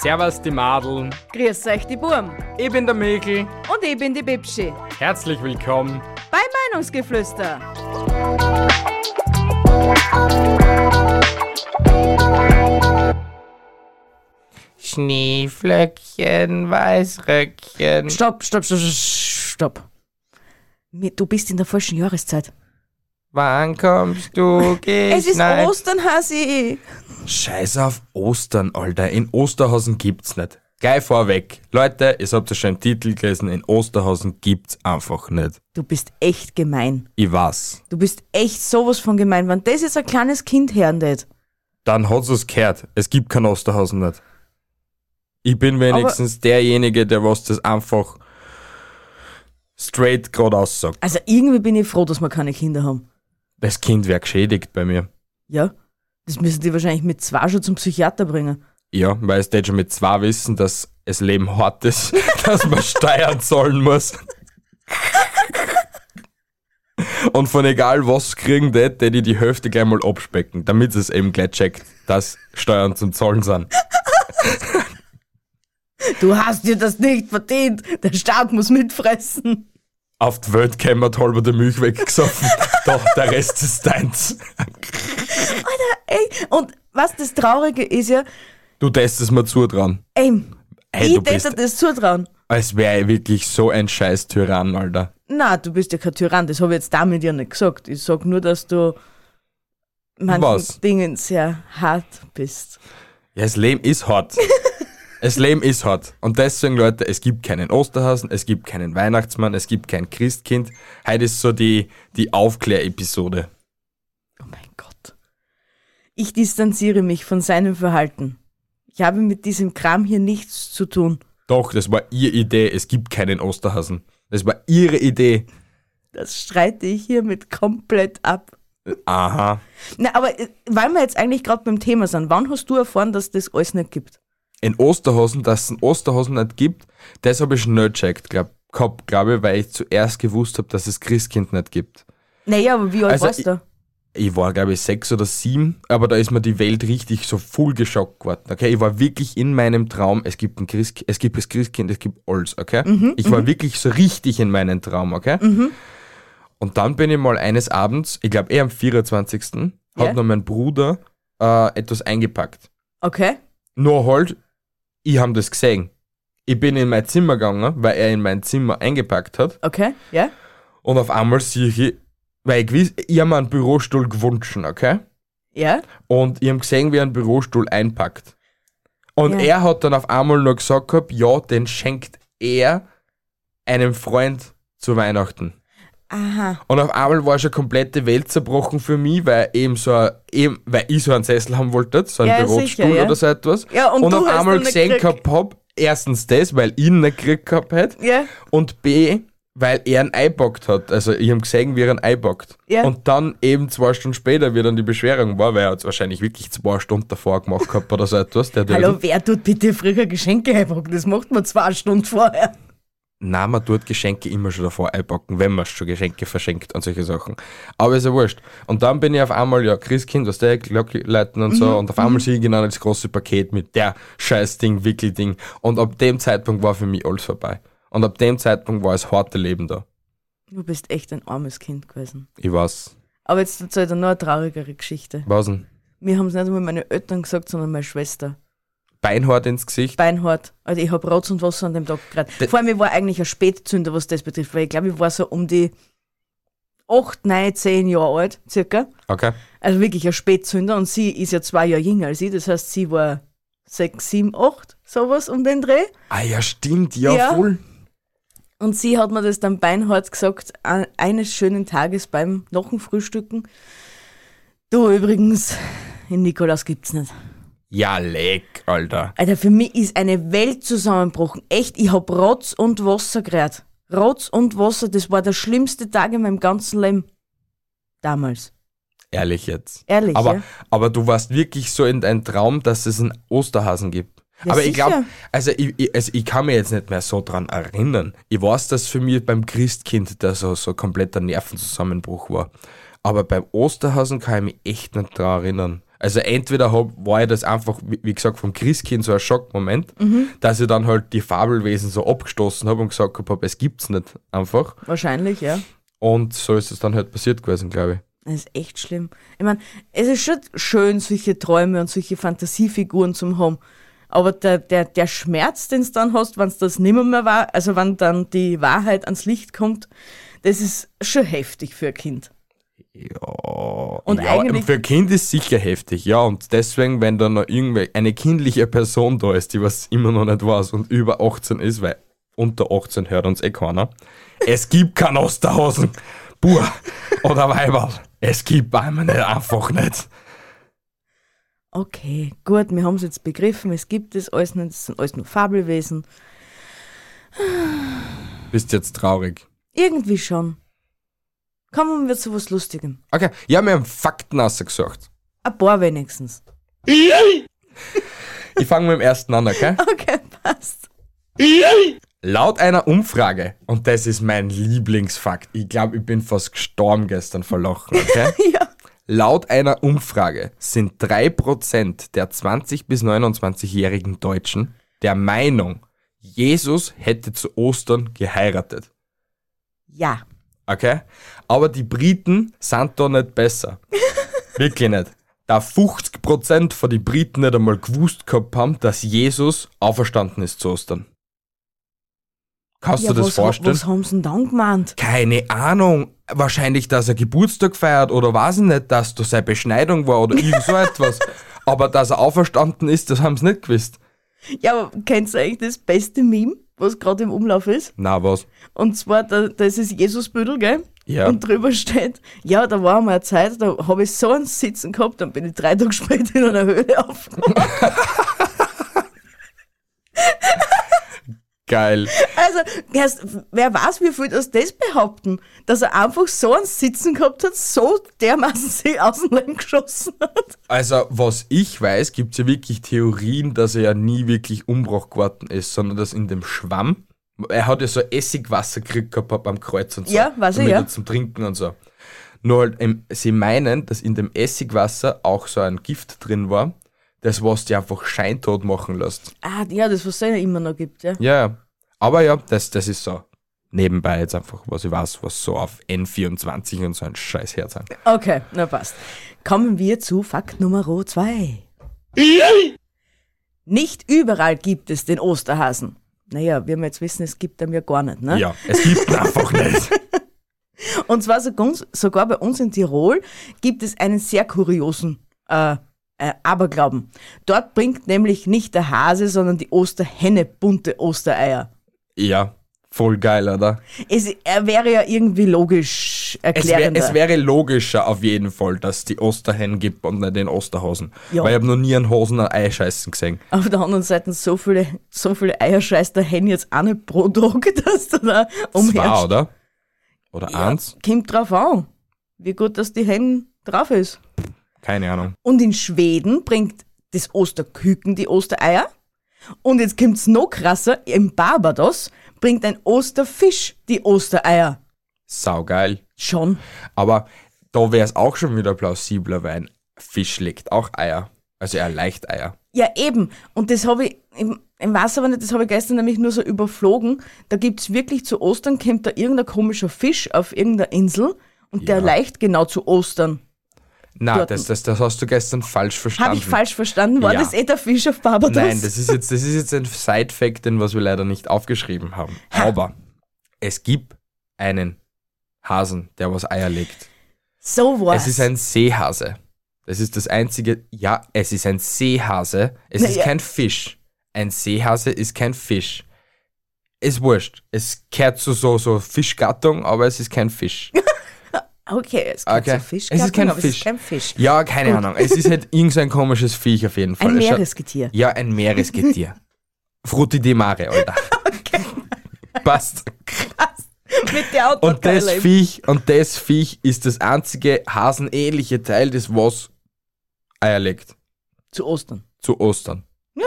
Servus die Madel, Grüß euch die Burm ich bin der Mikl, und ich bin die Bibschi herzlich willkommen. bei Meinungsgeflüster. Schneeflöckchen, Weißröckchen. Stopp, stopp, stopp, stopp. Mir- Du bist in der falschen Jahreszeit. Wann kommst du? Es ist nein. Ostern, Hasi. Scheiß auf Ostern, Alter. In Osterhausen gibt's nicht. Gleich vorweg. Leute, ihr habt ja schon im Titel gelesen, in Osterhausen gibt's einfach nicht. Du bist echt gemein. Ich weiß. Du bist echt sowas von gemein. Wenn das jetzt ein kleines Kind herndet. Dann hat's es gehört. Es gibt kein Osterhausen nicht. Ich bin wenigstens derjenige, der was das einfach straight gerade aussagt. Also irgendwie bin ich froh, dass wir keine Kinder haben. Das Kind wäre geschädigt bei mir. Ja? Das müssen die wahrscheinlich mit zwei schon zum Psychiater bringen. Ja, weil es jetzt schon mit zwei wissen, dass es Leben hart ist, dass man Steuern zahlen muss. Und von egal was kriegen die, die die die Hälfte gleich mal abspecken, damit sie es eben gleich checkt, dass Steuern zum Zahlen sind. Du hast dir das nicht verdient. Der Staat muss mitfressen. Auf die Welt käme halber die Milch weggesoffen, doch der Rest ist deins. Ey, und was das Traurige ist ja, Du testest es mir zu dran. ey, Ey, ich du bist- hätte dir das zutrauen. Als wäre ich wirklich so ein scheiß Tyrann, Alter. Na, du bist ja kein Tyrann, das habe ich jetzt damit ja nicht gesagt. Ich sag nur, dass du manchen Was? Dingen sehr hart bist. Ja, das Leben ist hart. das Leben ist hart. Und deswegen, Leute, es gibt keinen Osterhasen, es gibt keinen Weihnachtsmann, es gibt kein Christkind. Heute ist so die, die Aufklärepisode. Oh mein Gott. Ich distanziere mich von seinem Verhalten. Ich habe mit diesem Kram hier nichts zu tun. Doch, das war ihre Idee, es gibt keinen Osterhasen. Das war ihre Idee. Das streite ich hiermit komplett ab. Aha. Na, aber äh, weil wir jetzt eigentlich gerade beim Thema sind, wann hast du erfahren, dass das alles nicht gibt? In Osterhasen, dass es einen Osterhasen nicht gibt, das habe ich schon nicht gecheckt, glaub, gehabt, glaube ich, weil ich zuerst gewusst habe, dass es Christkind nicht gibt. Naja, aber wie alt Also, warst ich- du? ich war, glaube ich, sechs oder sieben, aber da ist mir die Welt richtig so full geschockt geworden. Okay, ich war wirklich in meinem Traum, es gibt ein Christkind, es gibt das Christkind, es gibt alles, okay? ich war wirklich so richtig in meinem Traum, okay? Und dann bin ich mal eines Abends, ich glaube eher am 24. Ja. hat noch mein Bruder äh, etwas eingepackt. Okay. Nur halt, ich habe das gesehen. Ich bin in mein Zimmer gegangen, weil er in mein Zimmer eingepackt hat. Okay, ja? Und auf einmal sehe ich, weil ich gewiss, ich habe mir einen Bürostuhl gewünscht, okay? Ja? Und ich hab gesehen, wie er einen Bürostuhl einpackt. Und Ja. er hat dann auf einmal nur gesagt gehabt, ja, den schenkt er einem Freund zu Weihnachten. Aha. Und auf einmal war schon komplette Welt zerbrochen für mich, weil eben so ein, eben, weil ich so einen Sessel haben wollte, so einen Ja, Bürostuhl sicher, ja. oder so etwas. Ja, und du auf hast einmal ihn nicht gesehen gekriegt. gehabt hab, erstens das, weil ich ihn nicht gekriegt gehabt hätte. Ja? Und B, weil er einen eibockt hat. Also ich habe gesehen, wie er einen eibockt. Ja. Und dann eben zwei Stunden später, wie dann die Beschwerung war, weil er hat's wahrscheinlich wirklich zwei Stunden davor gemacht hat oder so etwas. Der Hallo, Dödel. wer tut bitte früher Geschenke einpacken? Das macht man zwei Stunden vorher. Nein, man tut Geschenke immer schon davor einpacken, wenn man schon Geschenke verschenkt und solche Sachen. Aber ist ja wurscht. Und dann bin ich auf einmal, ja, Christkind, was der, Glockleiten und Mhm, so. Und auf einmal sehe ich genau das große Paket mit der Scheißding, Wickelding. Und ab dem Zeitpunkt war für mich alles vorbei. Und ab dem Zeitpunkt war das harte Leben da. Du bist echt ein armes Kind gewesen. Ich weiß. Aber jetzt erzählt er noch eine traurigere Geschichte. Was denn? Mir haben es nicht einmal meine Eltern gesagt, sondern meine Schwester. Beinhard ins Gesicht. Beinhard. Also ich habe Rotz und Wasser an dem Tag gerade. Vor allem, ich war eigentlich ein Spätzünder, was das betrifft, weil ich glaube, ich war so um die 8, 9, 10 Jahre alt, circa. Okay. Also wirklich ein Spätzünder und sie ist ja zwei Jahre jünger als ich. Das heißt, sie war 6, 7, 8, sowas um den Dreh. Ah ja, stimmt, Ja. voll. Und sie hat mir das dann beinhart gesagt, a- eines schönen Tages beim Nochenfrühstücken. Du übrigens, in Nikolaus gibt's nicht. Ja, leck, Alter. Alter, für mich ist eine Welt zusammenbrochen. Echt, ich hab Rotz und Wasser gerät. Rotz und Wasser, das war der schlimmste Tag in meinem ganzen Leben. Damals. Ehrlich jetzt. Ehrlich, aber, ja. aber du warst wirklich so in deinem Traum, dass es einen Osterhasen gibt. Ja, aber ich glaube, sicher. also ich, ich, also ich kann mich jetzt nicht mehr so dran erinnern. Ich weiß, dass für mich beim Christkind da so, so kompletter Nervenzusammenbruch war. Aber beim Osterhasen kann ich mich echt nicht dran erinnern. Also entweder hab, war ich das einfach, wie wie gesagt, vom Christkind so ein Schockmoment, Mhm. dass ich dann halt die Fabelwesen so abgestoßen habe und gesagt habe, es gibt's nicht einfach. Wahrscheinlich, ja. Und so ist es dann halt passiert gewesen, glaube ich. Das ist echt schlimm. Ich meine, es ist schon schön, solche Träume und solche Fantasiefiguren zu haben. Aber der, der, der Schmerz, den du dann hast, wenn es das nimmer mehr war, also wenn dann die Wahrheit ans Licht kommt, das ist schon heftig für ein Kind. Ja. Und ja, eigentlich- für ein Kind ist sicher heftig, ja. Und deswegen, wenn da noch irgendwelche, eine kindliche Person da ist, die was immer noch nicht weiß und über 18 ist, weil unter 18 hört uns eh keiner. Es gibt kein Osterhasen. Buh. Oder Weiberl. Es gibt einmal nicht, einfach nicht. Okay, gut, wir haben es jetzt begriffen, es gibt es alles nicht, es sind alles nur Fabelwesen. Bist jetzt traurig. Irgendwie schon. Kommen wir zu was Lustigem. Okay, ja, wir haben Fakten ausgesucht. Ein paar wenigstens. Ich fange mit dem ersten an, okay? Okay, passt. Laut einer Umfrage, und das ist mein Lieblingsfakt, ich glaube, ich bin fast gestorben gestern vor Lachen, okay? Ja. Laut einer Umfrage sind 3% der 20- bis 29-jährigen Deutschen der Meinung, Jesus hätte zu Ostern geheiratet. Ja. Okay? Aber die Briten sind da nicht besser. Wirklich nicht. Da 50% von den Briten nicht einmal gewusst gehabt haben, dass Jesus auferstanden ist zu Ostern. Kannst ja, du das was, vorstellen? Was haben sie denn dann gemeint? Keine Ahnung. Wahrscheinlich, dass er Geburtstag feiert oder weiß ich nicht, dass da seine Beschneidung war oder irgend so etwas. Aber dass er auferstanden ist, das haben sie nicht gewusst. Ja, aber kennst du eigentlich das beste Meme, was gerade im Umlauf ist? Na was? Und zwar, da, das ist Jesusbüdel, gell? Ja. Und drüber steht, ja, da war mal eine Zeit, da habe ich so ein Sitzen gehabt, dann bin ich drei Tage später in einer Höhle aufgewacht. Geil. Also, heißt, wer weiß, wie viel das das behaupten, dass er einfach so ein Sitzen gehabt hat, so dermaßen sich aus dem Leben geschossen hat. Also, was ich weiß, gibt es ja wirklich Theorien, dass er ja nie wirklich Umbruch geworden ist, sondern dass in dem Schwamm, er hat ja so Essigwasser gekriegt gehabt am Kreuz und so. Ja, weiß ich, damit ja. er Zum Trinken und so. Nur halt, ähm, sie meinen, dass in dem Essigwasser auch so ein Gift drin war, das was die einfach scheintot machen lässt. Ah, ja, das, was es ja immer noch gibt, ja. Ja, ja. Aber ja, das, das ist so. Nebenbei jetzt einfach, was ich weiß, was so auf N24 und so ein Scheiß her sein. Okay, na passt. Kommen wir zu Fakt Nummer 2. Nicht überall gibt es den Osterhasen. Naja, wir jetzt wissen, es gibt ihn ja gar nicht. Ne? Ja, es gibt ihn einfach nicht. Und zwar sogar, uns- sogar bei uns in Tirol gibt es einen sehr kuriosen äh, äh, Aberglauben. Dort bringt nämlich nicht der Hase, sondern die Osterhenne bunte Ostereier. Ja, voll geil, oder? Es er wäre ja irgendwie logisch Es, wär, erklärender. es wäre logischer auf jeden Fall, dass die Osterhen gibt und nicht den Osterhosen. Ja. Weil ich habe noch nie einen Hosen an Ei scheißen gesehen. Auf der anderen Seite so viele, so viele Eier scheißt der Hen jetzt auch nicht pro Tag, dass du da Zwei, umherrschst. oder? Oder eins? Kommt drauf an, wie gut, dass die Hen drauf ist. Keine Ahnung. Und in Schweden bringt das Osterküken die Ostereier. Und jetzt kommt's noch krasser, in Barbados bringt ein Osterfisch die Ostereier. Saugeil. Schon. Aber da wäre es auch schon wieder plausibler, weil ein Fisch legt auch Eier. Also er leicht Eier. Ja, eben. Und das habe ich, im, im Wasser aber nicht, das habe ich gestern nämlich nur so überflogen. Da gibt's wirklich zu Ostern, kommt da irgendein komischer Fisch auf irgendeiner Insel und der Ja. leicht genau zu Ostern. Na, Dort- das, das, das hast du gestern falsch verstanden. Habe ich falsch verstanden? War Ja. das eh der Fisch auf Barbados? Nein, das ist jetzt, das ist jetzt ein Side-Fact, den was wir leider nicht aufgeschrieben haben. Aber es gibt einen Hasen, der was Eier legt. so war's. Es ist ein Seehase. Das ist das einzige. Ja, es ist ein Seehase. Es ist Naja. kein Fisch. Ein Seehase ist kein Fisch. Ist wurscht. Es gehört zu so, so Fischgattung, aber es ist kein Fisch. Okay, es gibt Okay. so Fisch. es ist kein Fisch. aber Es ist kein Fisch. Ja, keine Gut. Ahnung. Es ist halt irgendein komisches Viech auf jeden Fall. Ein Es schaut- Meeresgetier. Ja, ein Meeresgetier. Frutti di Mare, Alter. Passt. Mit der Und das, Autokeile. im- Viech, und das Viech ist das einzige hasenähnliche Teil, das was Eier legt. Zu Ostern. Zu Ostern. Ja.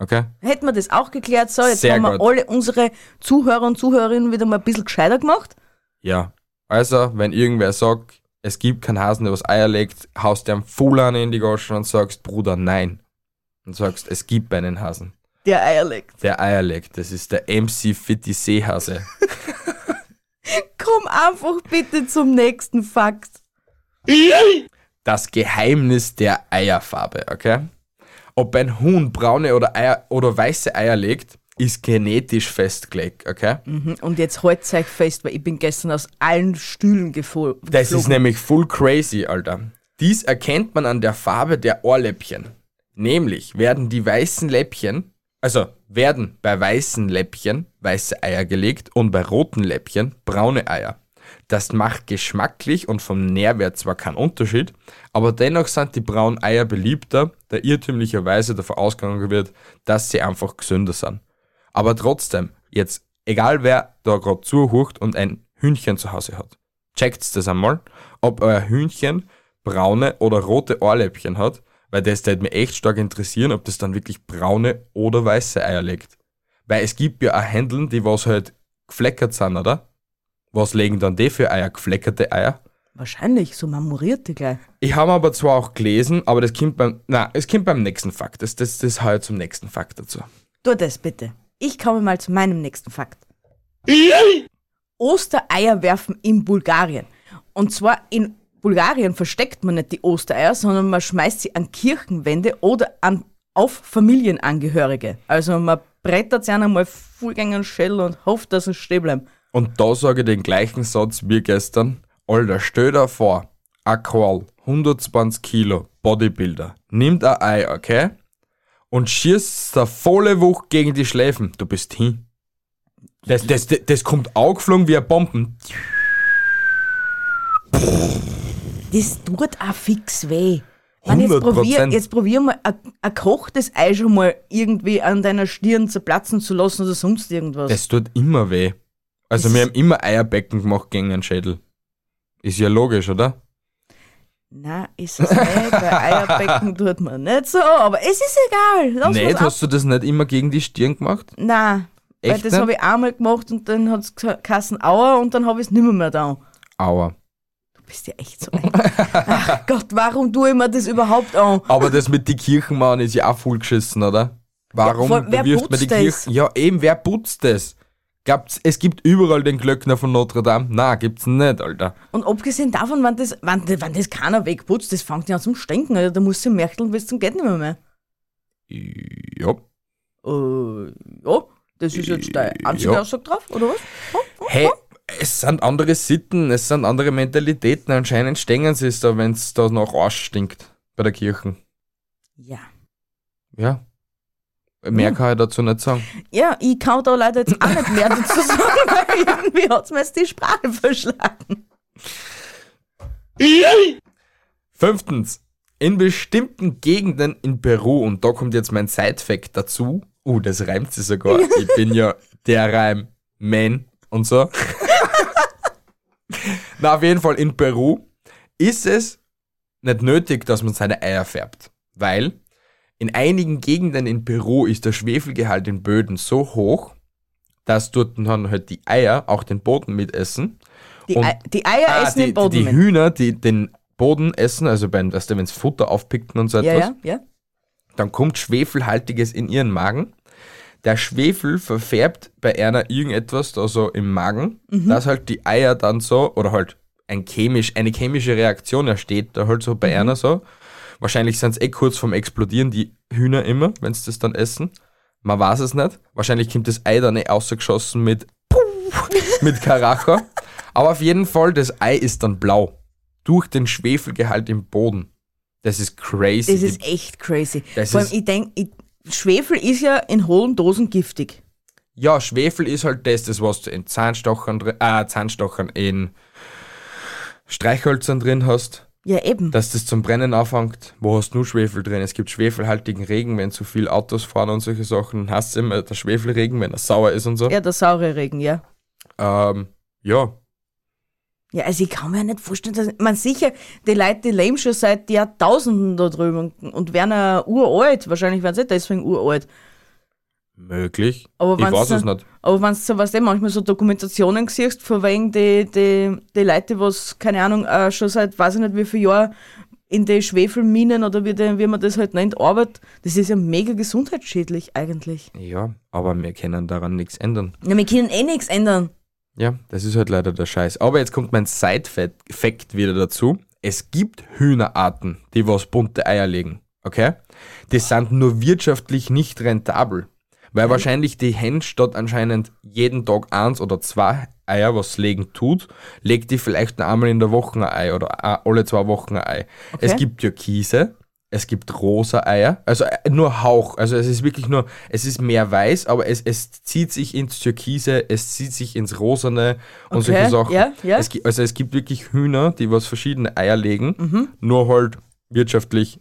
Okay? Hätten wir das auch geklärt, so, jetzt Sehr haben wir gut. alle unsere Zuhörer und Zuhörerinnen wieder mal ein bisschen gescheiter gemacht. Ja. Also, wenn irgendwer sagt, es gibt keinen Hasen, der was Eier legt, haust du einen Full an in die Goschen und sagst, Bruder, nein. Und sagst, es gibt einen Hasen, Der Eier legt. der Eier legt. Das ist der MC Fitti Seehase. Komm einfach bitte zum nächsten Fakt. Das Geheimnis der Eierfarbe, okay? Ob ein Huhn braune oder, Eier oder weiße Eier legt, ist genetisch festgelegt, okay? Mhm, Und jetzt halt's euch fest, weil ich bin gestern aus allen Stühlen gefo- geflogen. Das ist ne- nämlich full crazy, Alter. Dies erkennt man an der Farbe der Ohrläppchen. Nämlich werden die weißen Läppchen, also werden bei weißen Läppchen weiße Eier gelegt und bei roten Läppchen braune Eier. Das macht geschmacklich und vom Nährwert zwar keinen Unterschied, aber dennoch sind die braunen Eier beliebter, da irrtümlicherweise davon ausgegangen wird, dass sie einfach gesünder sind. Aber trotzdem, jetzt, egal wer da gerade zuhucht und ein Hühnchen zu Hause hat, checkt das einmal, ob euer Hühnchen braune oder rote Ohrläppchen hat, weil das würde mich echt stark interessieren, ob das dann wirklich braune oder weiße Eier legt. Weil es gibt ja auch Händeln, die was halt gefleckert sind, oder? Was legen dann die für Eier? Gefleckerte Eier? Wahrscheinlich, so marmorierte gleich. Ich habe aber zwar auch gelesen, aber das kommt beim, na, es kommt beim nächsten Fakt. Das, das, das heuer zum nächsten Fakt dazu. Tu das bitte. Ich komme mal zu meinem nächsten Fakt. Ostereier werfen in Bulgarien. Und zwar in Bulgarien versteckt man nicht die Ostereier, sondern man schmeißt sie an Kirchenwände oder an, auf Familienangehörige. Also man brettert sie einmal Fullgänger Schädel und hofft, dass sie stehen bleiben. Und da sage ich den gleichen Satz wie gestern. Alter, stell dir vor, ein Kerl, 120 Kilo, Bodybuilder, nimmt ein Ei, okay? Und schießt der volle Wucht gegen die Schläfen. Du bist hin. Das, das, das, das kommt angeflogen wie ein Bomben. Das tut auch fix weh. Mann, jetzt 100%. probier, jetzt probier mal ein ein gekochtes Ei schon mal irgendwie an deiner Stirn zerplatzen zu lassen oder sonst irgendwas. Das tut immer weh. Also Das wir ist- haben immer Eierbecken gemacht gegen einen Schädel. Ist ja logisch, oder? Na, ist es nicht. Bei Eierbecken tut man nicht so, aber es ist egal. Lass Nee, uns ab. hast du das nicht immer gegen die Stirn gemacht? Nein, weil Echt das nicht? habe ich einmal gemacht und dann hat es Kassen Auer und dann habe ich es nimmer mehr da. Aua. Du bist ja echt so ein. Ach Gott, warum tue ich mir das überhaupt an? Aber das mit den Kirchenmauern ist ja auch voll geschissen, oder? Warum Ja, vor- wer wirft man die putzt das? Kirchen? Ja, eben, wer putzt das? Glaubt's, es gibt überall den Glöckner von Notre Dame? Na, gibt's nicht, Alter. Und abgesehen davon, wenn das, wenn, wenn das keiner wegputzt, das fängt ja an zum Stinken. Alter. Da musst du merkeln, bis zum geht nicht mehr. mehr. Ja. Äh, ja, das ist jetzt deine einzige Äh, Ja. Aussage drauf, oder was? Hey, es sind andere Sitten, es sind andere Mentalitäten. Anscheinend stängen sie es da, wenn's da noch ausstinkt bei der Kirche. Ja. Ja. Mehr kann ich dazu nicht sagen. Ja, ich kann da leider jetzt auch nicht mehr dazu sagen, weil irgendwie hat mir jetzt die Sprache verschlagen. Fünftens. In bestimmten Gegenden in Peru, und da kommt jetzt mein Side-Fact dazu. Uh, das reimt sich sogar. Ich bin ja der Reim-Man und so. Na, auf jeden Fall in Peru ist es nicht nötig, dass man seine Eier färbt. Weil in einigen Gegenden in Peru ist der Schwefelgehalt in Böden so hoch, dass dort dann halt die Eier auch den Boden mitessen Die, Und- Ei die Eier Ah, essen die, den Boden die, die mit. Hühner, die den Boden essen, also beim, weißt du, wenns Futter aufpickten und so ja, etwas, ja, ja. dann kommt Schwefelhaltiges in ihren Magen. Der Schwefel verfärbt bei einer irgendetwas da so im Magen, Mhm. dass halt die Eier dann so, oder halt ein chemisch, eine chemische Reaktion entsteht, da halt so bei Mhm. einer so. Wahrscheinlich sind's eh kurz vom Explodieren, die Hühner immer, wenn's das dann essen. Man weiß es nicht. Wahrscheinlich kommt das Ei dann eh rausgeschossen mit, mit Karacho. Aber auf jeden Fall, das Ei ist dann blau. Durch den Schwefelgehalt im Boden. Das ist crazy. Das Die ist echt crazy. Das Vor allem, ist- ich denke, Schwefel ist ja in hohen Dosen giftig. Ja, Schwefel ist halt das, das was du in Zahnstochern, drin- äh, Zahnstochern in Streichhölzern drin hast, Ja, eben. dass das zum Brennen anfängt. Wo hast du nur Schwefel drin? Es gibt schwefelhaltigen Regen, wenn zu viel Autos fahren und solche Sachen. Hast immer der Schwefelregen, wenn er sauer ist und so. ja, der saure Regen, ja. Ähm, ja. Ja, also ich kann mir nicht vorstellen, dass man sicher, die Leute, die leben schon seit Jahrtausenden da drüben und, und werden auch uralt. Wahrscheinlich werden sie nicht deswegen uralt. Möglich. Aber ich wenn's weiß es so- nicht. Aber wenn du so, weißt du, manchmal so Dokumentationen siehst, von wegen die, die, die Leute, was, keine Ahnung, äh, schon seit, weiß ich nicht wie viel Jahren in die Schwefelminen oder wie, die, wie man das halt nennt, arbeitet, das ist ja mega gesundheitsschädlich eigentlich. Ja, aber wir können daran nichts ändern. Ja, wir können eh nichts ändern. Ja, das ist halt leider der Scheiß. Aber jetzt kommt mein Side-Fact wieder dazu. Es gibt Hühnerarten, die was bunte Eier legen. Okay? Die sind nur wirtschaftlich nicht rentabel. Mhm. Weil wahrscheinlich die Hen statt anscheinend jeden Tag eins oder zwei Eier, was legen tut, legt die vielleicht nur einmal in der Woche ein Ei oder a- alle zwei Wochen ein Ei. Es gibt Türkise, es gibt rosa Eier, also äh, nur Hauch, also es ist wirklich nur, es ist mehr weiß, aber es, es zieht sich ins Türkise, es zieht sich ins Rosane und Okay, solche Sachen. ja, ja. Es, gi- also es gibt wirklich Hühner, die was verschiedene Eier legen, Mhm. nur halt wirtschaftlich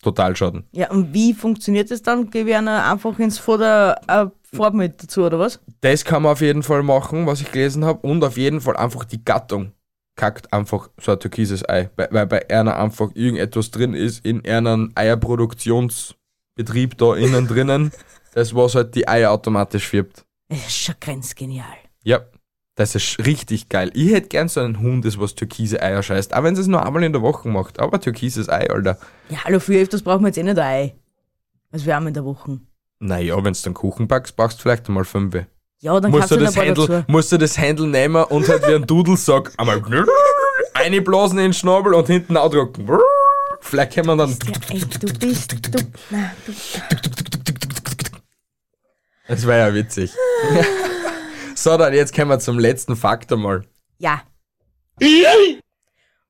total schaden. Ja, und wie funktioniert das dann? Gebe ich einer einfach ins Vorder äh, Farbe mit dazu, oder was? Das kann man auf jeden Fall machen, was ich gelesen habe. Und auf jeden Fall einfach die Gattung kackt einfach so ein türkises Ei. Weil, weil bei einer einfach irgendetwas drin ist, in einem Eierproduktionsbetrieb da innen drinnen, das was halt die Eier automatisch wirbt. Das ist schon grenzgenial. Ja, das ist richtig geil. Ich hätte gern so einen Hund, das was türkise Eier scheißt. Auch wenn es nur einmal in der Woche macht. Aber türkises Ei, Alter. Ja, hallo, für öfters brauchen wir jetzt eh nicht ein Ei. Also wir haben in der Woche. Naja, wenn du dann Kuchen backst, brauchst du vielleicht einmal fünf. Ja, dann musst kannst du, du noch das ein paar dazu. Händel, musst du das Händel nehmen und halt wie ein Dudelsack einmal einblasen in den Schnabel und hinten andrücken. Vielleicht kann man dann. Ey, du bist, du, na, du, Das wäre ja witzig. So, dann jetzt kommen wir zum letzten Faktor mal. ja.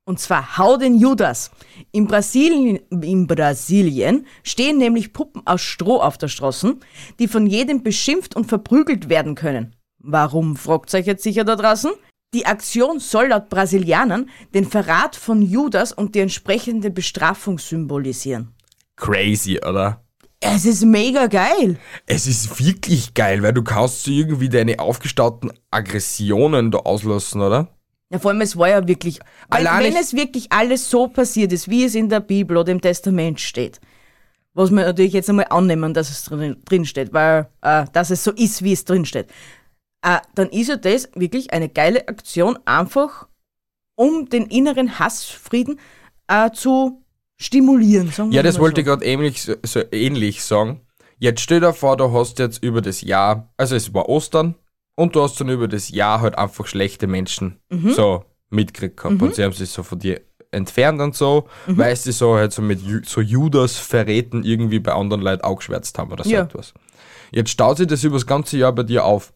Und zwar Hau den Judas. In Brasilien, in Brasilien stehen nämlich Puppen aus Stroh auf der Straße, die von jedem beschimpft und verprügelt werden können. Warum, fragt euch jetzt sicher da draußen? Die Aktion soll laut Brasilianern den Verrat von Judas und die entsprechende Bestrafung symbolisieren. Crazy, oder? Es ist mega geil. Es ist wirklich geil, weil du kannst so irgendwie deine aufgestauten Aggressionen da auslassen, oder? Ja, vor allem, es war ja wirklich, wenn, Allein wenn ich- es wirklich alles so passiert ist, wie es in der Bibel oder im Testament steht, was wir natürlich jetzt einmal annehmen, dass es drin, drin steht, weil, äh, dass es so ist, wie es drin steht, äh, dann ist ja das wirklich eine geile Aktion, einfach um den inneren Hassfrieden äh, zu stimulieren. Sagen wir Ja, das mal wollte ich so. gerade ähnlich, so, so ähnlich sagen. Jetzt stell dir vor, du hast jetzt über das Jahr, also es war Ostern, und du hast dann über das Jahr halt einfach schlechte Menschen Mhm. so mitgekriegt gehabt. Und sie haben sich so von dir entfernt und so, Mhm. weil sie so halt so mit Ju so Judas-Verräten irgendwie bei anderen Leuten aufgeschwärzt haben oder so Ja. etwas. Jetzt staut sich das über das ganze Jahr bei dir auf.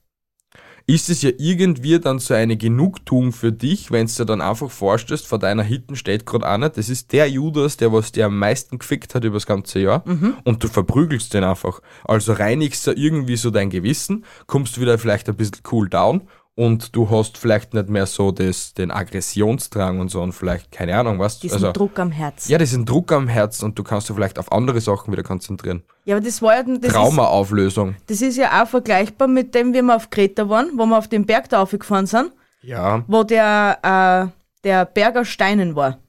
Ist es ja irgendwie dann so eine Genugtuung für dich, wenn du dann einfach vorstellst, vor deiner Hitten steht gerade einer, das ist der Judas, der was dir am meisten gefickt hat über das ganze Jahr Mhm. und du verprügelst den einfach. Also reinigst du irgendwie so dein Gewissen, kommst wieder vielleicht ein bisschen cool down und du hast vielleicht nicht mehr so das, den Aggressionsdrang und so und vielleicht, keine Ahnung, was. Diesen Druck am Herzen. also ja, das ist ein Druck am Herz und du kannst dich vielleicht auf andere Sachen wieder konzentrieren. Ja, aber das war ja das ist- Traumaauflösung. Das ist ja auch vergleichbar mit dem, wie wir auf Kreta waren, wo wir auf den Berg da aufgefahren sind, Ja. wo der, äh, der Berg aus Steinen war.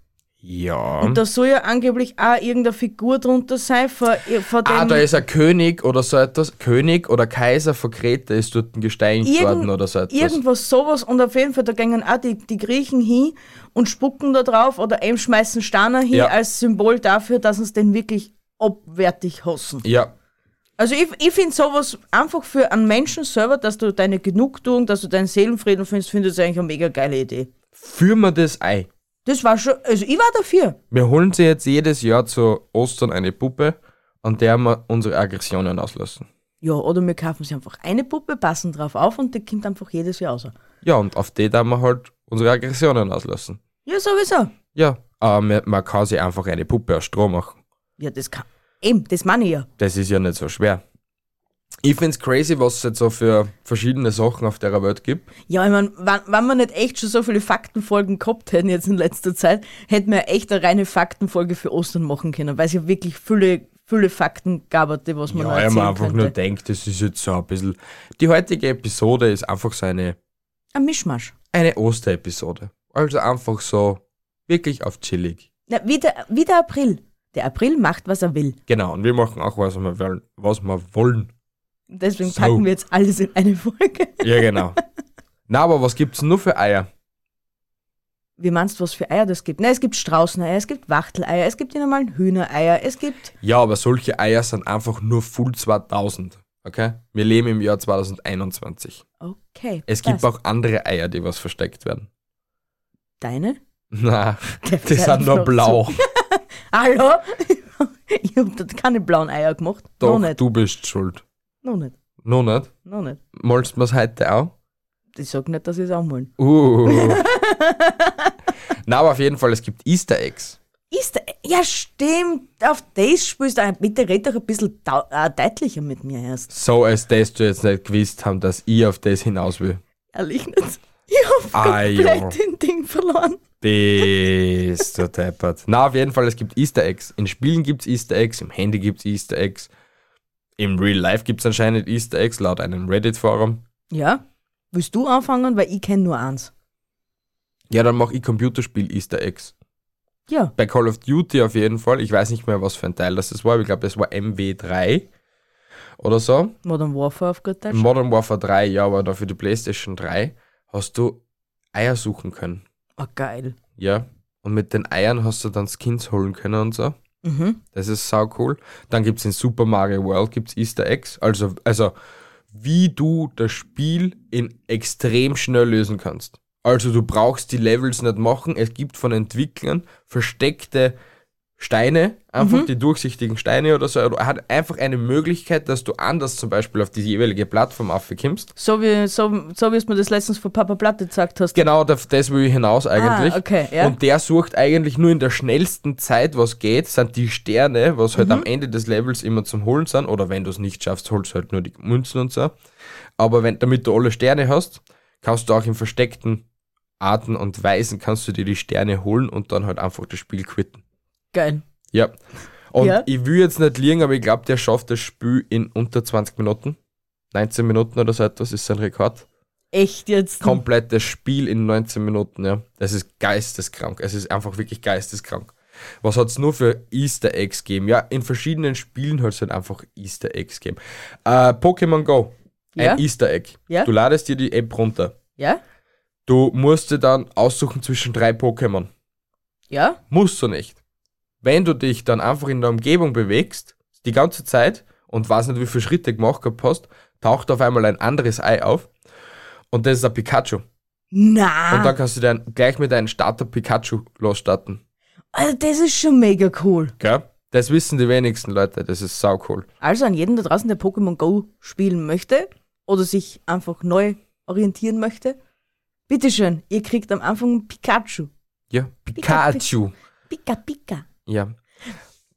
Ja. Und da soll ja angeblich auch irgendeine Figur drunter sein von, von dem Ah, da ist ein König oder so etwas. König oder Kaiser von Kreta ist dort gesteinigt irgend- worden oder so etwas. irgendwas sowas. Und auf jeden Fall, da gingen auch die, die Griechen hin und spucken da drauf oder eben schmeißen Steine hin Ja. als Symbol dafür, dass uns den wirklich abwertig hassen. Ja, Also ich, ich finde sowas einfach für einen Menschen selber, dass du deine Genugtuung, dass du deinen Seelenfrieden findest, finde ich eigentlich eine mega geile Idee. führen wir das ein. Das war schon, also ich war dafür. Wir holen sie jetzt jedes Jahr zu Ostern eine Puppe, an der wir unsere Aggressionen auslassen. Ja, oder wir kaufen sie einfach eine Puppe, passen drauf auf und die kommt einfach jedes Jahr raus. Ja, und auf die da wir halt unsere Aggressionen auslassen. Ja, sowieso. Ja, aber man- man kann sie einfach eine Puppe aus Stroh machen. Ja, das kann. Eben, das meine ich ja. Das ist ja nicht so schwer. Ich find's crazy, was es jetzt so für verschiedene Sachen auf der Welt gibt. Ja, ich meine, wenn, wenn wir nicht echt schon so viele Faktenfolgen gehabt hätten jetzt in letzter Zeit, hätten wir echt eine reine Faktenfolge für Ostern machen können, weil es ja wirklich viele, viele Fakten gab, die was man noch Ja, ich erzählen mir einfach könnte. nur denkt, das ist jetzt so ein bisschen. Die heutige Episode ist einfach so eine, Ein Mischmasch. eine Osterepisode. Also einfach so wirklich auf chillig. Na, wie, der, wie der April. Der April macht, was er will. Genau, und wir machen auch, was wir wollen. Was wir wollen. Deswegen So. packen wir jetzt alles in eine Folge. Ja, genau. Na, aber was gibt's nur für Eier? Wie meinst du, was für Eier das gibt? Na, es gibt Straußeneier, es gibt Wachteleier, es gibt die normalen Hühnereier, es gibt. Ja, aber solche Eier sind einfach nur Full 2000. Okay? Wir leben im Jahr 2021. Okay. Es passt. gibt auch andere Eier, die was versteckt werden. Deine? Na, die werden sind nur noch blau. Hallo? ich hab dort keine blauen Eier gemacht. Doch, noch nicht. du bist schuld. Noch nicht. Noch nicht? Noch nicht. Malst du mir's heute auch? Ich sag nicht, dass ich es auch mal. Uh. Na, aber auf jeden Fall, es gibt Easter Eggs. Ist der, ja stimmt, auf das spielst du ein. Bitte red doch ein bisschen dau- äh, deutlicher mit mir erst. So, als dass du jetzt nicht gewusst haben, dass ich auf das hinaus will. Ehrlich nicht. Ich hab Ah, komplett ja. den Ding verloren. Bist du deppert. Na, auf jeden Fall, es gibt Easter Eggs. In Spielen gibt's Easter Eggs, im Handy gibt's Easter Eggs. Im Real Life gibt's anscheinend Easter Eggs, laut einem Reddit-Forum. Ja? Willst du anfangen? Weil ich kenn nur eins. Ja, dann mach ich Computerspiel Easter Eggs. Ja. Bei Call of Duty auf jeden Fall. Ich weiß nicht mehr, was für ein Teil das war. aber Ich glaube, das war MW3 oder so. Modern Warfare auf gut Deutsch. Modern Warfare 3, ja, aber da für die PlayStation 3 hast du Eier suchen können. Ah, geil. Ja. Und mit den Eiern hast du dann Skins holen können und so. Mhm. Das ist sau cool. Dann gibt es in Super Mario World gibt's Easter Eggs. Also, also, wie du das Spiel in extrem schnell lösen kannst. Also, du brauchst die Levels nicht machen. Es gibt von Entwicklern versteckte Steine, einfach die durchsichtigen Steine oder so. Er hat einfach eine Möglichkeit, dass du anders zum Beispiel auf die jeweilige Plattform aufkommst. So wie, so, so wie es mir das letztens von Papa Platte gesagt hast. Genau, das, das will ich hinaus eigentlich. Ah, okay, ja. Und der sucht eigentlich nur in der schnellsten Zeit, was geht, sind die Sterne, was Mhm. halt am Ende des Levels immer zum Holen sind. Oder wenn du es nicht schaffst, holst du halt nur die Münzen und so. Aber wenn, damit du alle Sterne hast, kannst du auch in versteckten Arten und Weisen kannst du dir die Sterne holen und dann halt einfach das Spiel quitten. Geil. Ja. Und Ja. ich will jetzt nicht liegen, aber ich glaube, der schafft das Spiel in unter 20 Minuten. 19 Minuten oder so etwas ist sein Rekord Echt jetzt. komplettes Spiel in 19 Minuten, ja. Das ist geisteskrank. Es ist einfach wirklich geisteskrank. Was hat's nur für Easter Eggs gegeben? Ja, in verschiedenen Spielen hat's halt einfach Easter Eggs gegeben. Äh, Pokémon Go, ein Ja? Easter Egg. Ja? Du ladest dir die App runter. Ja? Du musst dir dann aussuchen zwischen drei Pokémon. Ja? Musst du nicht. Wenn du dich dann einfach in der Umgebung bewegst, die ganze Zeit, und weiß nicht, wie viele Schritte gemacht gehabt hast, taucht auf einmal ein anderes Ei auf. Und das ist ein Pikachu. Und Na. dann kannst du dann gleich mit einem Starter Pikachu losstarten. Also das ist schon mega cool. Gell? Das wissen die wenigsten Leute, das ist sau cool. Also an jeden da draußen, der Pokémon Go spielen möchte oder sich einfach neu orientieren möchte, bitteschön, ihr kriegt am Anfang ein Pikachu. Ja, Pikachu. Pika Pika. Ja.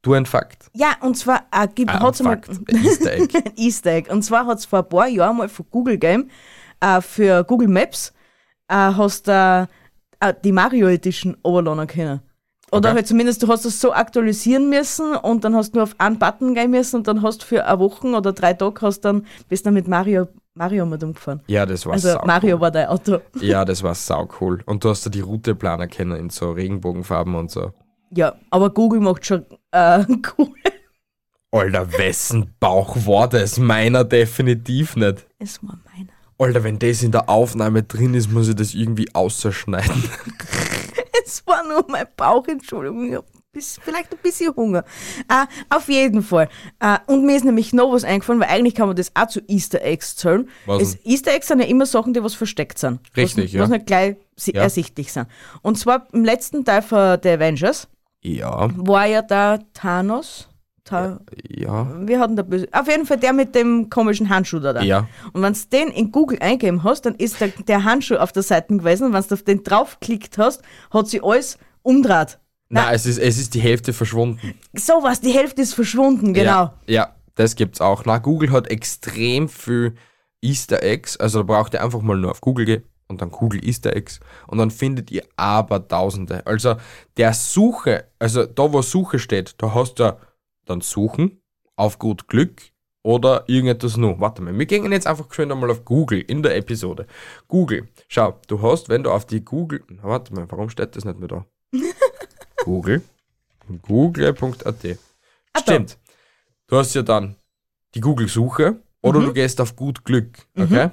Du ein Fakt. Ja, und zwar äh, gibt, Ah, hat's ein einmal Fakt. Ein Easter Egg. ein Easter Egg. Und zwar hat es vor ein paar Jahren mal von Google Game äh, für Google Maps äh, hast du äh, die Mario Edition runterladen können. Oder Okay. halt zumindest, du hast es so aktualisieren müssen und dann hast du nur auf einen Button gehen müssen und dann hast du für eine Woche oder drei Tage hast dann, bist dann mit Mario, Mario mit umgefahren. Ja, das war Also sau Mario cool. war dein Auto. Ja, das war sau cool. Und du hast da die Route planen können in so Regenbogenfarben und so. Ja, aber Google macht schon äh, cool. Alter, wessen Bauch war das? Meiner definitiv nicht. Es war meiner. Alter, wenn das in der Aufnahme drin ist, muss ich das irgendwie ausschneiden. Es war nur mein Bauch, Entschuldigung. Ich hab bis, vielleicht ein bisschen Hunger. Ah, auf jeden Fall. Ah, und mir ist nämlich noch was eingefallen, weil eigentlich kann man das auch zu Easter Eggs zählen. Was Es, Easter Eggs sind ja immer Sachen, die was versteckt sind. was, Richtig, ja. Was nicht gleich si- Ja. ersichtlich sind. Und zwar im letzten Teil von The Avengers Ja, war ja da Thanos. Ta ja. Wir hatten da böse. Auf jeden Fall der mit dem komischen Handschuh da. da. Ja. Und wenn du den in Google eingeben hast, dann ist der, der Handschuh auf der Seite gewesen. Und wenn du auf den draufklickt hast, hat sie alles umdraht. Nein, es ist, es ist die Hälfte verschwunden. So was, die Hälfte ist verschwunden, genau. Ja, ja Das gibt's auch. Na, Google hat extrem viel Easter Eggs. Also da braucht ihr einfach mal nur auf Google gehen und dann Google Easter Eggs und dann findet ihr aber Tausende. Also der Suche, also da wo Suche steht, da hast du dann Suchen auf gut Glück oder irgendetwas noch. Warte mal, wir gehen jetzt einfach schön einmal auf Google in der Episode. Google, schau, du hast, wenn du auf die Google, Na, warte mal, warum steht das nicht mehr da? Google, google.at. Ah, Stimmt. Du hast ja dann die Google-Suche oder Mhm. du gehst auf gut Glück, okay?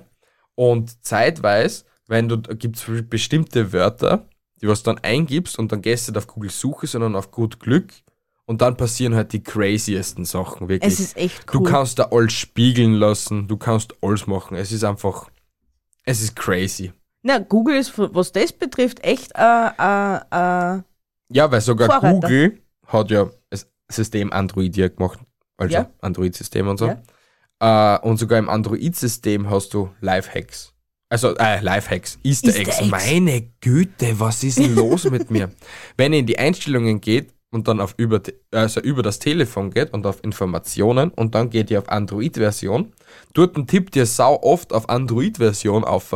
Und zeitweise, wenn du, gibt es bestimmte Wörter, die was dann eingibst und dann gehst du nicht auf Google Suche, sondern auf gut Glück und dann passieren halt die craziesten Sachen, wirklich. Es ist echt Du cool. kannst da alles spiegeln lassen, du kannst alles machen. Es ist einfach, es ist crazy. Na, Google ist, was das betrifft, echt äh, äh, äh, Ja, weil sogar Vorreiter. Google hat ja das System Android ja gemacht. Also Ja. Android-System und so. Äh, und sogar im Android-System hast du Lifehacks. Also, äh, Lifehacks, Easter, Easter Eggs. Eggs. Meine Güte, was ist denn los mit mir? Wenn ihr in die Einstellungen geht und dann auf über, also über das Telefon geht und auf Informationen und dann geht ihr auf Android-Version, dort tippt ihr sau oft auf Android-Version auf,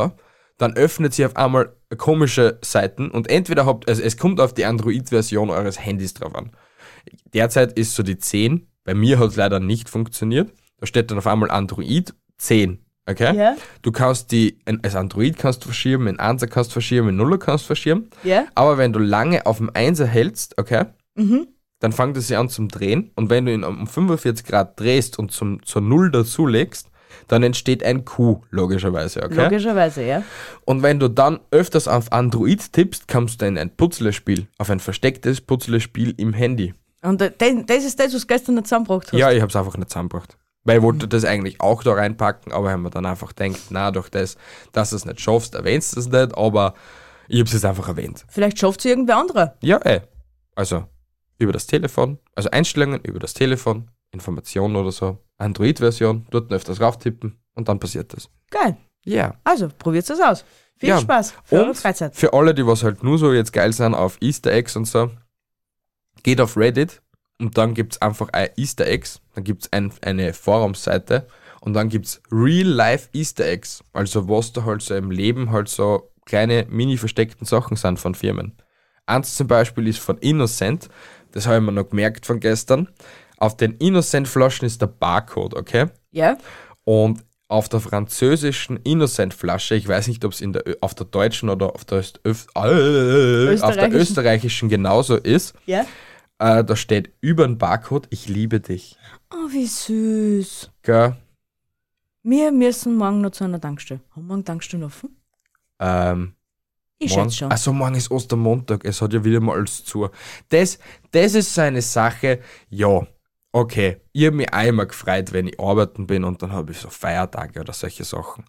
dann öffnet sie auf einmal komische Seiten und entweder habt, also es kommt auf die Android-Version eures Handys drauf an. Derzeit ist so die 10. Bei mir hat es leider nicht funktioniert. Da steht dann auf einmal Android 10. Okay? Ja. Du kannst die, als Android kannst du verschieben, in 1er kannst du verschieben, in 0er kannst du verschieben. Ja. Aber wenn du lange auf dem 1er hältst, okay, dann fängt es sich an zum Drehen. Und wenn du ihn um 45 Grad drehst und zum, zur 0 dazu legst, dann entsteht ein Q, logischerweise, okay? logischerweise, ja. Und wenn du dann öfters auf Android tippst, kommst du in ein Puzzlespiel, auf ein verstecktes Puzzlespiel im Handy. Und äh, das, das ist das, was du gestern nicht zusammengebracht hast. Ja, ich hab's einfach nicht zusammengebracht. Weil ich wollte das eigentlich auch da reinpacken, aber haben wir dann einfach gedacht, na, durch das, dass du es nicht schaffst, erwähnst du es nicht, aber ich hab's jetzt einfach erwähnt. Vielleicht schafft es irgendwer anderer. Ja, ey. Also, über das Telefon, also Einstellungen über das Telefon, Informationen oder so, Android-Version, dort öfters rauftippen und dann passiert das. Geil. Ja. Also, probiert es aus. Viel Ja. Spaß für eure Und Freizeit. für alle, die was halt nur so jetzt geil sind auf Easter Eggs und so, geht auf Reddit und dann gibt's einfach ein Easter Eggs, dann gibt's ein, eine Forumseite und dann gibt's Real Life Easter Eggs, also was da halt so im Leben halt so kleine mini versteckten Sachen sind von Firmen. Eins zum Beispiel ist von Innocent, das habe ich mir noch gemerkt von gestern. Auf den Innocent Flaschen ist der Barcode, okay? Ja. Und auf der französischen Innocent-Flasche, ich weiß nicht, ob es in der, Ö- auf der deutschen oder auf der, Öst, Öf, äh, auf der Österreichischen. österreichischen genauso ist, Ja. äh, da steht über den Barcode, ich liebe dich. Oh, wie süß. Gell? Wir müssen morgen noch zu einer Tankstelle. Haben wir morgen Tankstellen offen? Ähm, Ich morgen, schätze schon. also morgen ist Ostermontag, es hat ja wieder mal alles zu. Das, das ist so eine Sache, ja, okay, ich habe mich einmal gefreut, wenn ich arbeiten bin und dann habe ich so Feiertage oder solche Sachen.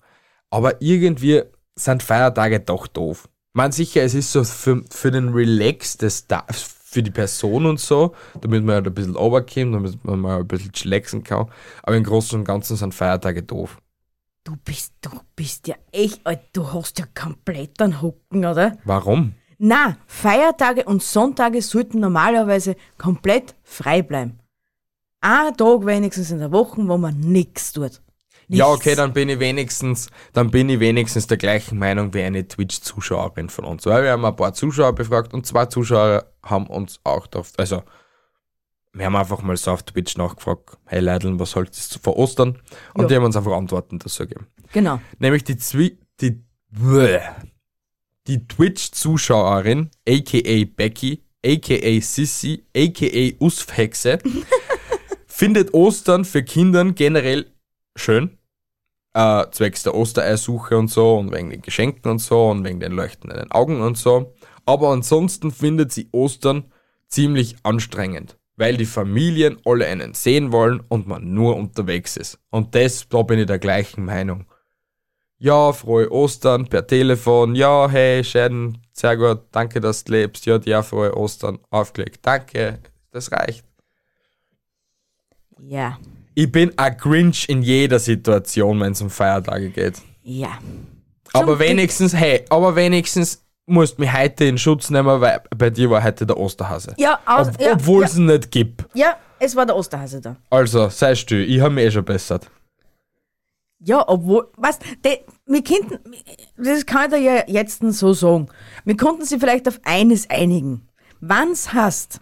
Aber irgendwie sind Feiertage doch doof. Man sicher, es ist so für, für den Relax des Ta- für die Person und so, damit man halt ein bisschen runterkommt, damit man mal ein bisschen chillaxen kann. Aber im Großen und Ganzen sind Feiertage doof. Du bist, du bist ja echt alt. Du hast ja komplett einen Hucken, oder? Warum? Na, Feiertage und Sonntage sollten normalerweise komplett frei bleiben. Ein Tag wenigstens in der Woche, wo man nichts tut. Ja, Nichts. okay, dann bin ich wenigstens, dann bin ich wenigstens der gleichen Meinung wie eine Twitch-Zuschauerin von uns. Weil wir haben ein paar Zuschauer befragt und zwei Zuschauer haben uns auch drauf, also wir haben einfach mal so auf Twitch nachgefragt, hey Leidl, was haltet ihr vor Ostern? Und Ja. die haben uns einfach Antworten dazu gegeben. Genau. Nämlich die Zwi die, Bäh. die Twitch-Zuschauerin, aka Becky, aka Sissy, aka Usfhexe, findet Ostern für Kindern generell schön. Äh, zwecks der Ostereiersuche und so und wegen den Geschenken und so und wegen den leuchtenden Augen und so. Aber ansonsten findet sie Ostern ziemlich anstrengend, weil die Familien alle einen sehen wollen und man nur unterwegs ist. Und das, da bin ich der gleichen Meinung ja, frohe Ostern per Telefon, ja, hey, schön, sehr gut, danke, dass du lebst, ja, dir auch frohe Ostern, aufgelegt, danke, das reicht. Ja. Ich bin ein Grinch in jeder Situation, wenn es um Feiertage geht. Ja. aber Glück. wenigstens, hey, aber wenigstens musst mich heute in Schutz nehmen, weil bei dir war heute der Osterhase. Ja, aus- Ob, ja, obwohl es ihn nicht gibt. Ja, es war der Osterhase da. Also, sei still, ich habe mich eh schon bessert. Ja, obwohl, was, de, wir könnten, das kann ich dir ja jetzt so sagen, wir konnten sie vielleicht auf eines einigen. Wann's hast,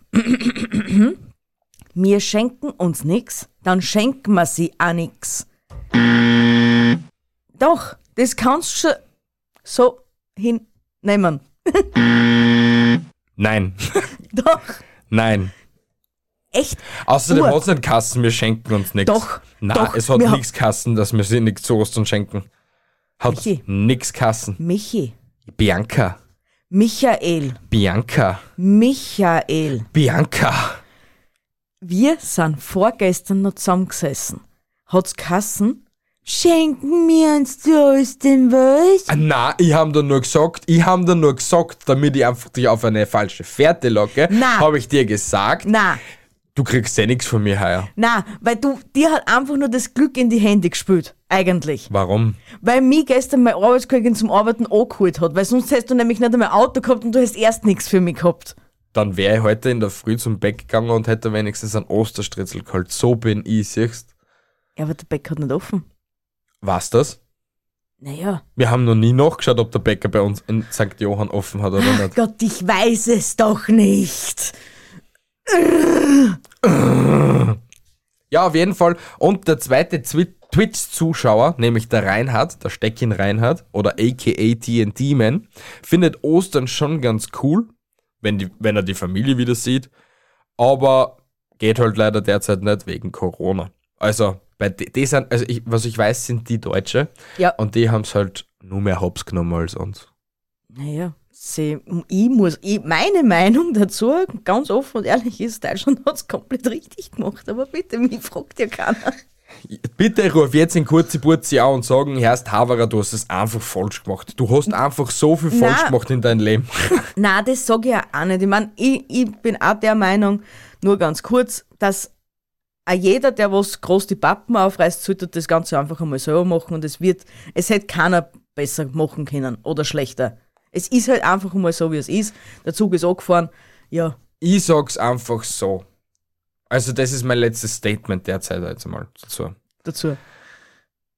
wir schenken uns nix, dann schenken wir sie auch nix. Doch, das kannst du schon so hinnehmen. Nein, Doch, nein. echt. Außerdem Ur- hat es nicht Kassen, wir schenken uns nichts. Doch, Nein, doch, es hat wir ha- nichts Kassen, dass wir sie nichts zu Ostern schenken. Hat Michi. nichts Kassen. Michi, Bianca, Michael, Bianca, Michael. Bianca. Wir sind vorgestern noch zusammengesessen. Hat's Kassen? Schenken wir uns zu Ostern was? Ah, Nein, ich habe dir nur gesagt, ich habe dir nur gesagt, damit ich einfach dich auf eine falsche Fährte locke, Nein. habe ich dir gesagt, Na, du kriegst eh nichts von mir heuer. na, weil du dir halt einfach nur das Glück in die Hände gespielt, eigentlich. Warum? Weil mich gestern meine Arbeitskollegin zum Arbeiten angeholt hat, weil sonst hättest du nämlich nicht einmal Auto gehabt und du hättest erst nichts für mich gehabt. Dann wäre ich heute in der Früh zum Bäck gegangen und hätte wenigstens einen Osterstritzel geholt. So bin ich, siehst Ja, aber der Bäcker hat nicht offen. Was das? Naja. Wir haben noch nie nachgeschaut, ob der Bäcker bei uns in St. Johann offen hat oder nicht. Gott, ich weiß es doch nicht. Ja, auf jeden Fall. Und der zweite Twi- Twitch-Zuschauer, nämlich der Reinhard, der Steckin Reinhard oder aka TNT-Man, findet Ostern schon ganz cool, wenn, die, wenn er die Familie wieder sieht. Aber geht halt leider derzeit nicht wegen Corona. Also, bei die, die sind, also ich, was ich weiß, sind die Deutsche. Ja. Und die haben es halt nur mehr hops genommen als uns. Naja, sie, ich muss, ich, meine Meinung dazu, ganz offen und ehrlich ist, Deutschland hat es komplett richtig gemacht, aber bitte, mich fragt ja keiner. Bitte ruf jetzt in kurze Burzi an und sagen, Herrst Haverer, du hast es einfach falsch gemacht. Du hast einfach so viel falsch Nein. gemacht in deinem Leben. Na, das sage ich ja auch nicht. Ich meine, ich, ich bin auch der Meinung, nur ganz kurz, dass auch jeder, der was groß die Pappen aufreißt, sollte das Ganze einfach einmal selber machen und es wird, es hätte keiner besser machen können oder schlechter. Es ist halt einfach einmal so, wie es ist. Der Zug ist angefahren, ja. ich sag's einfach so. Also, das ist mein letztes Statement derzeit jetzt einmal dazu. Dazu.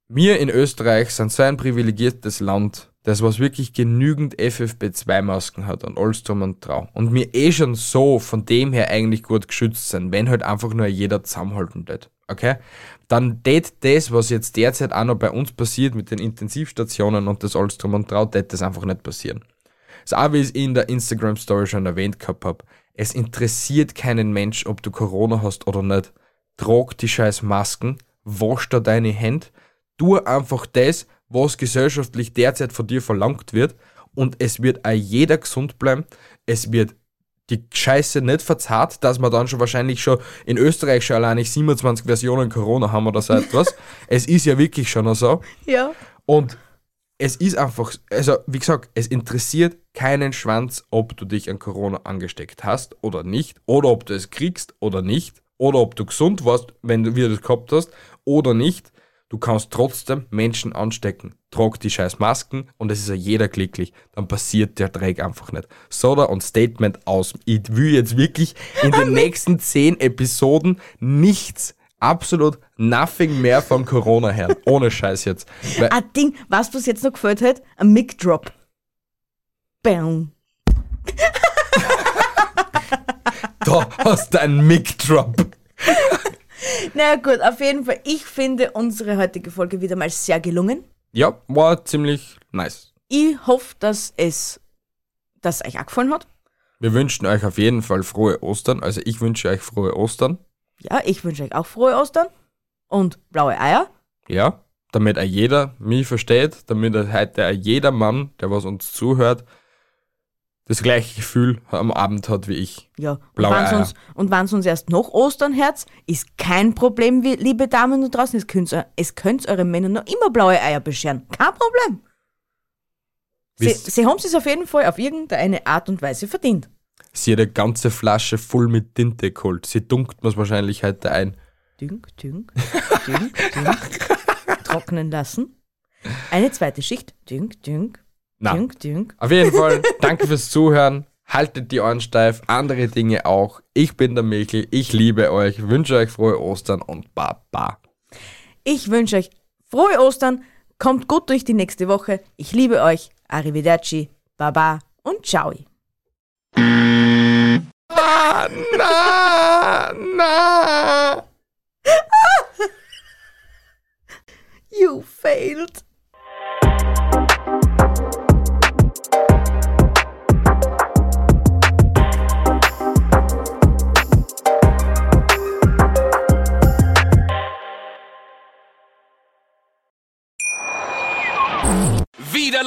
Wir in Österreich sind so ein privilegiertes Land, das was wirklich genügend FFP2-Masken hat und alles drum und trau. Und wir eh schon so von dem her eigentlich gut geschützt sind, wenn halt einfach nur jeder zusammenhalten tät. Okay? Dann tät das, was jetzt derzeit auch noch bei uns passiert mit den Intensivstationen und das alles drum und trau, tät das einfach nicht passieren. Das auch wie ich es in der Instagram-Story schon erwähnt gehabt hab. Es interessiert keinen Mensch, ob du Corona hast oder nicht. Trag die scheiß Masken, wasch da deine Hände, tu einfach das, was gesellschaftlich derzeit von dir verlangt wird und es wird auch jeder gesund bleiben. Es wird die Scheiße nicht verzahrt, dass wir dann schon wahrscheinlich schon in Österreich schon alleine 27 Versionen Corona haben oder so etwas. es ist ja wirklich schon noch so. Ja. Und es ist einfach, also wie gesagt, es interessiert keinen Schwanz, ob du dich an Corona angesteckt hast oder nicht, oder ob du es kriegst oder nicht, oder ob du gesund warst, wenn du wieder das gehabt hast, oder nicht. Du kannst trotzdem Menschen anstecken. Trag die scheiß Masken und es ist ja jeder glücklich. Dann passiert der Dreck einfach nicht. Soda und Statement aus. Ich will jetzt wirklich in den nächsten zehn Episoden nichts, absolut nothing mehr von Corona hören. Ohne Scheiß jetzt. Weil Ein Ding, weißt du, was jetzt noch gefällt hat? Ein Mic Drop. Bam. Da hast du einen Mic-Drop. Na gut, auf jeden Fall, ich finde unsere heutige Folge wieder mal sehr gelungen. Ja, war ziemlich nice. Ich hoffe, dass es, dass es euch auch gefallen hat. Wir wünschen euch auf jeden Fall frohe Ostern. Also ich wünsche euch frohe Ostern. Ja, ich wünsche euch auch frohe Ostern und blaue Eier. Ja, damit auch jeder mich versteht, damit auch heute auch jeder Mann, der was uns zuhört, das gleiche Gefühl am Abend hat wie ich. Ja, Blaue und wenn's Eier. Uns, und wenn's uns erst noch Ostern herz, ist kein Problem, wie- liebe Damen da draußen. Es könnt, es könnt eure Männer noch immer blaue Eier bescheren. Kein Problem. Sie, Wisst- sie haben es auf jeden Fall auf irgendeine Art und Weise verdient. Sie hat eine ganze Flasche voll mit Tinte geholt. Sie dunkt mir's wahrscheinlich heute ein. Dünk, dünk, dünk, dünk. Trocknen lassen. Eine zweite Schicht. Dünk, dünk, Na, dünk, dünk. auf jeden Fall, danke fürs Zuhören. haltet die Ohren steif, andere Dinge auch. Ich bin der Michel, ich liebe euch, wünsche euch frohe Ostern und Baba. Ich wünsche euch frohe Ostern, kommt gut durch die nächste Woche. Ich liebe euch. Arrivederci, Baba und Ciao. Na, na, na. You failed. Wieder